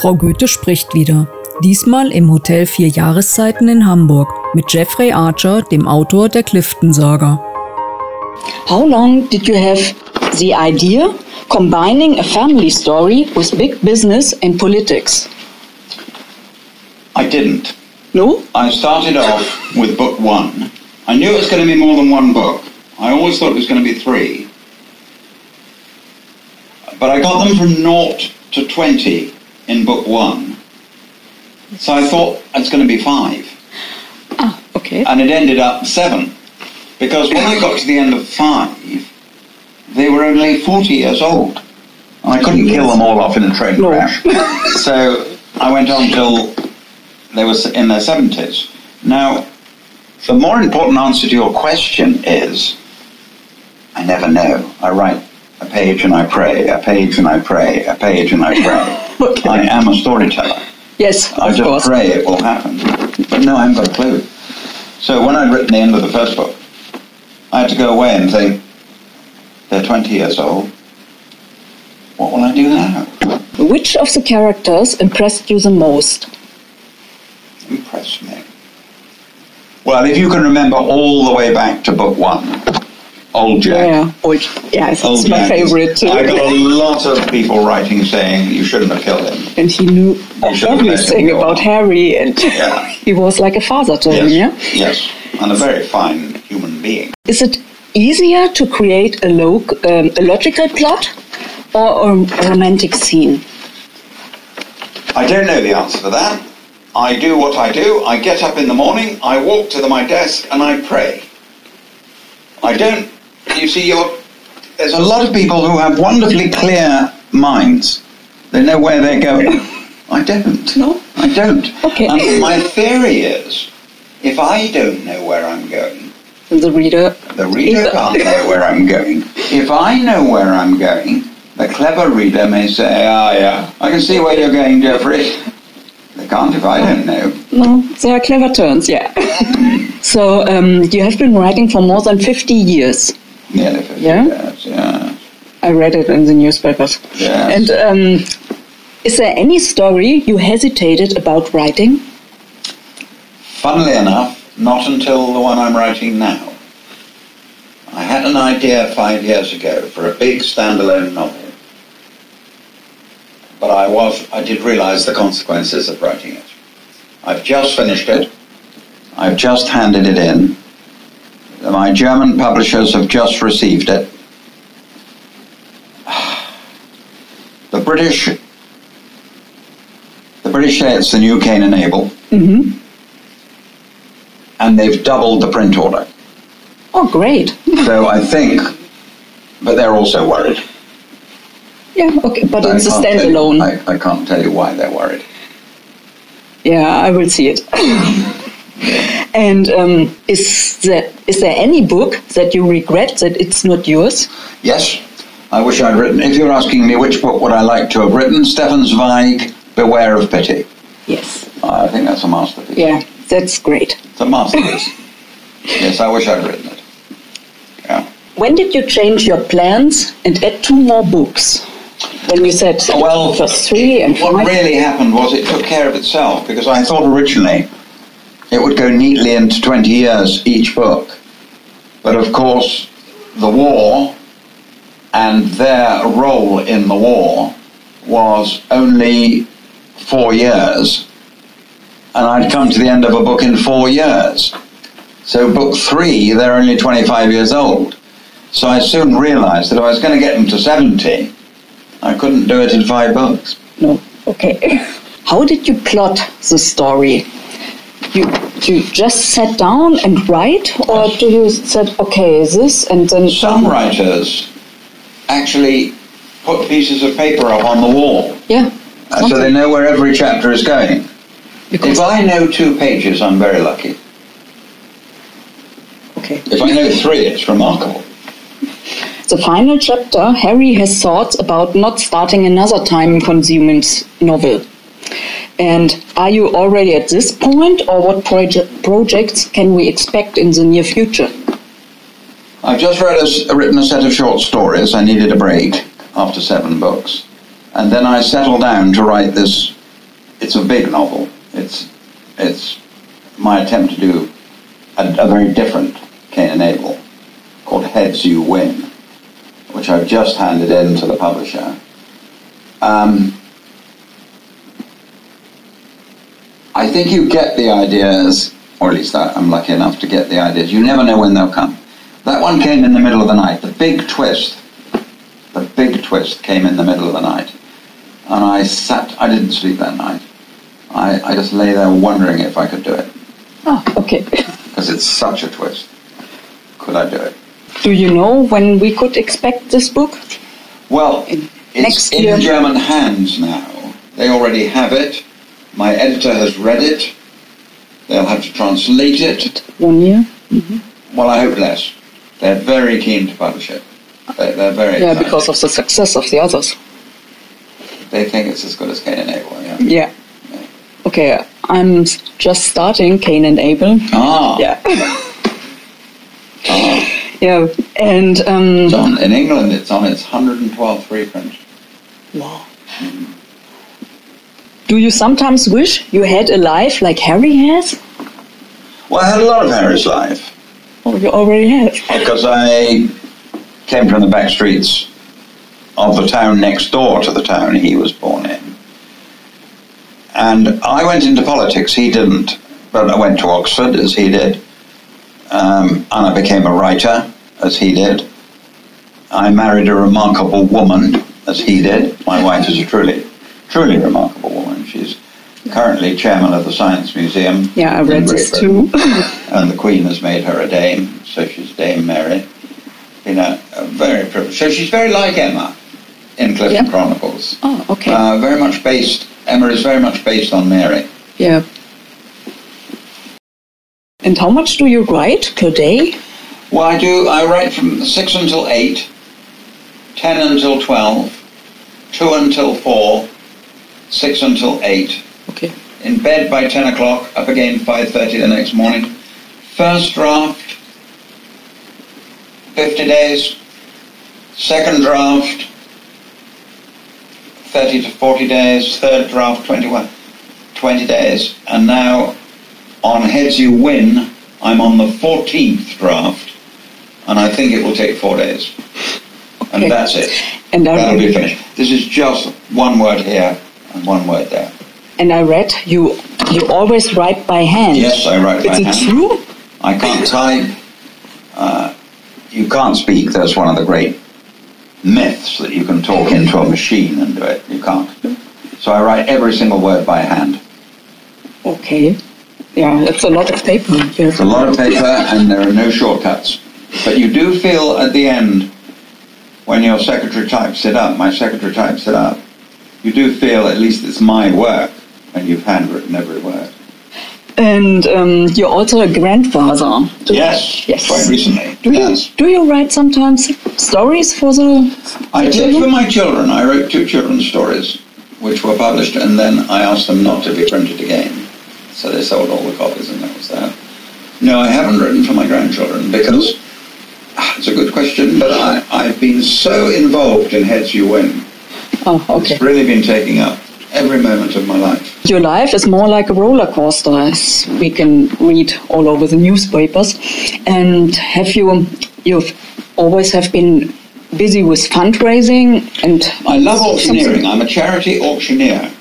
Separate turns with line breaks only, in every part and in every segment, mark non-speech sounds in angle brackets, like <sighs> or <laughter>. Frau Goethe spricht wieder. Diesmal im Hotel Vier Jahreszeiten in Hamburg mit Jeffrey Archer, dem Autor der Clifton-Saga.
How long did you have the idea combining a family story with big business and politics?
I didn't.
No?
I started off with book one. I knew it was going to be more than one book. I always thought it was going to be three. But I got them from naught to 20 in book one. So I thought it's going to be five.
Ah, okay.
And it ended up seven. Because when I got to the end of five, they were only 40 years old. And I couldn't kill them all off in a train
No. <laughs>
crash. so I went on till they were in their 70s. Now, the more important answer to your question is I never know. I write a page and I pray, a page and I pray, a page and I pray.
<laughs> Okay.
I am a storyteller.
Yes,
I
of
just
course.
pray it will happen. But no, I haven't got a clue. So when I'd written the end of the first book, I had to go away and think, they're 20 years old. What will I do now?
Which of the characters impressed you the most?
Impress me. Well, if you can remember all the way back to book one, Old Jack.
Yeah, old. Yeah, it's
Old
my
Jack is-
favorite. too.
Oh, I got a lot of people writing saying you shouldn't have killed him.
and he knew
You should have let him
everything
go.
about Harry, and
Yeah.
<laughs> he was like a father to him. Yeah.
Yes. yes. And a very fine human being.
Is it easier to create a, lo- um, a logical plot or a romantic scene?
I don't know the answer to that. I do what I do. I get up in the morning, I walk to the, my desk, and I pray. I don't. You see, you're, there's a lot of people who have wonderfully clear minds. They know where they're going. I don't.
No?
I don't.
Okay.
And my theory is, if I don't know where I'm going,
The reader.
the reader
Either-
can't know where I'm going. If I know where I'm going, the clever reader may say, ah, yeah, I can see where you're going, Geoffrey. They can't if I don't know.
No, there are clever turns. Yeah. <laughs> so um, you have been writing for more than fifty years.
Nearly 50
Yeah?
years, yeah.
I read it in the newspapers.
Yes.
And um, is there any story you hesitated about writing?
Funnily enough, not until the one I'm writing now. I had an idea five years ago for a big standalone novel. But I was I did realise the consequences of writing it. I've just finished it. I've just handed it in. My German publishers have just received it. <sighs> The British the British say it's the new Cain and Abel.
hmm
and they've doubled the print order.
Oh, great.
So I think, but they're also worried.
Yeah, okay, but
I
it's a
can't tell you-
standalone.
I, I can't tell you why they're worried.
Yeah, I
<laughs>
will see it. and um, is there is there any book that you regret that it's not yours?
Yes, I wish I'd written. If you're asking me which book would I like to have written, Stefan Zweig, Beware of Pity.
Yes.
I think that's a masterpiece.
Yeah, that's great.
It's a
<laughs>
masterpiece. yes, I wish I'd written it. Yeah.
When did you change your plans and add two more books? When you said
Well,
first three and
What
five?
really happened was it took care of itself because I thought originally it would go neatly into 20 years each book. But of course, the war and their role in the war was only four years. And I'd come to the end of a book in four years. So, book three, they're only 25 years old. So, I soon realized that if I was going to get them to 70, I couldn't do it in five books.
No. Okay. <laughs> How did you plot the story? You you just sat down and write, or do you said okay this and then
Some writers actually put pieces of paper up on the wall
yeah
uh, so they know where every chapter is going. If I know two pages, I'm very lucky.
okay.
If I know three, it's remarkable.
The final chapter, Harry has thoughts about not starting another time-consuming s- novel. And are you already at this point, or what proje- projects can we expect in the near future?
I've just read a s written a set of short stories. I needed a break after seven books. And then I settled down to write this it's a big novel. It's it's my attempt to do a, a very different Cain and Abel called Heads You Win, which I've just handed in to the publisher. Um, I think you get the ideas, or at least I- I'm lucky enough to get the ideas. You never know when they'll come. That one came in the middle of the night. The big twist, the big twist came in the middle of the night. And I sat, I didn't sleep that night. I, I just lay there wondering if I could do it,
Ah, okay.
because it's such a twist. Could I do it?
Do you know when we could expect this book?
Well,
In-
it's
next
in
year.
German hands now. They already have it. My editor has read it. They'll have to translate it.
One year?
Well, I hope less. They're very keen to publish it. They- They're very
Yeah,
excited.
because of the success of the others.
they think it's as good as Cain and Abel. Yeah.
Yeah. Okay, I'm s- just starting Cain and Abel.
Ah,
Yeah. yeah, and um,
It's on, in England, it's on its 112th reprint.
do you sometimes wish you had a life like Harry has?
Well, I had a lot of Harry's life
Oh, you already have.
because I came from the back streets of the town next door to the town he was born in. And I went into politics, he didn't, but I went to Oxford as he did. Um, and I became a writer as he did. I married a remarkable woman as he did. My wife is a truly, truly remarkable woman. She's currently chairman of the Science Museum.
Yeah, I
in
read
Great
this
Britain
too.
and the Queen has made her a dame, so she's Dame Mary. You know, a very privileged. So she's very like Emma in Clifton
Yeah.
Chronicles.
oh, okay.
Uh, very much based. Emma is very much based on Mary.
yeah. And how much do you write per day?
Well, I do. I write from six until eight, ten until twelve, two until four, six until eight.
Okay.
In bed by ten o'clock. Up again five thirty the next morning. First draft, fifty days. Second draft, thirty to forty days. Third draft, 21, 20 days. And now, on heads you win. I'm on the fourteenth draft, and I think it will take four days.
Okay.
And that's it.
And I
That'll be finished. This is just one word here and one word there.
And I read you you always write by hand.
Yes, I write by
Is it
hand.
true?
I can't type. Uh, you can't speak. That's one of the great myths that you can talk into a machine and do it. You can't. So I write every single word by hand.
Okay. Yeah, it's a lot of paper. Yes.
It's a lot of paper and there are no shortcuts. But you do feel at the end, when your secretary types it up, my secretary types it up, you do feel at least it's my work when you've handwritten every word.
And um, you're also a grandfather. Do-
Yes,
Yes.
quite recently.
Do you,
yes.
do you write sometimes stories for the
I did for my children. I wrote two children's stories, which were published, and then I asked them not to be printed again. So they sold all the copies, and that was that. No, I haven't written for my grandchildren because ah, it's a good question, but I, I've been so involved in Heads You Win.
Oh, okay.
It's really been taking up every moment of my life.
Your life is more like a roller coaster, as we can read all over the newspapers. And have you, you've always have been busy with fundraising and
I love auctioneering. I'm a charity auctioneer.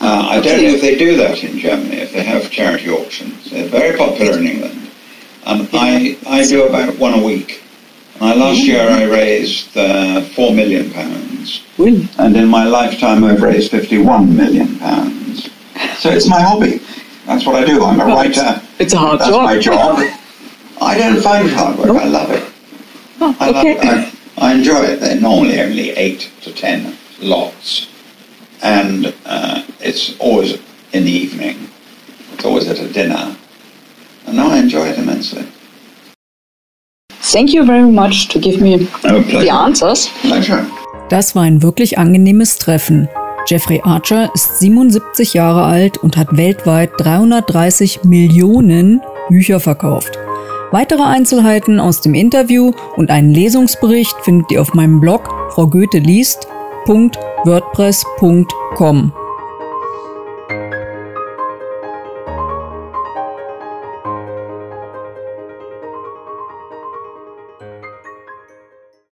Uh, I don't know if they do that in Germany, if they have charity auctions. They're very popular in England. Um, I, I do about one a week. And I, last year I raised uh, four million pounds.
Really?
And in my lifetime I've raised 51 million pounds. So it's my hobby. That's what I do. I'm a
Well,
writer.
It's a hard
uh, That's
job.
my job. I don't find it hard work. I love it.
Oh,
I love
okay.
it. I, I enjoy it. They're normally only eight to ten lots, and uh, it's always in the evening. It's always at a dinner, and I enjoy it immensely.
Thank you very much to give me
Oh, pleasure.
the answers.
Pleasure.
Das war ein wirklich angenehmes Treffen. Jeffrey Archer ist 77 Jahre alt und hat weltweit 330 Millionen Bücher verkauft. Weitere Einzelheiten aus dem Interview und einen Lesungsbericht findet ihr auf meinem Blog fraugoetheliest.wordpress.com.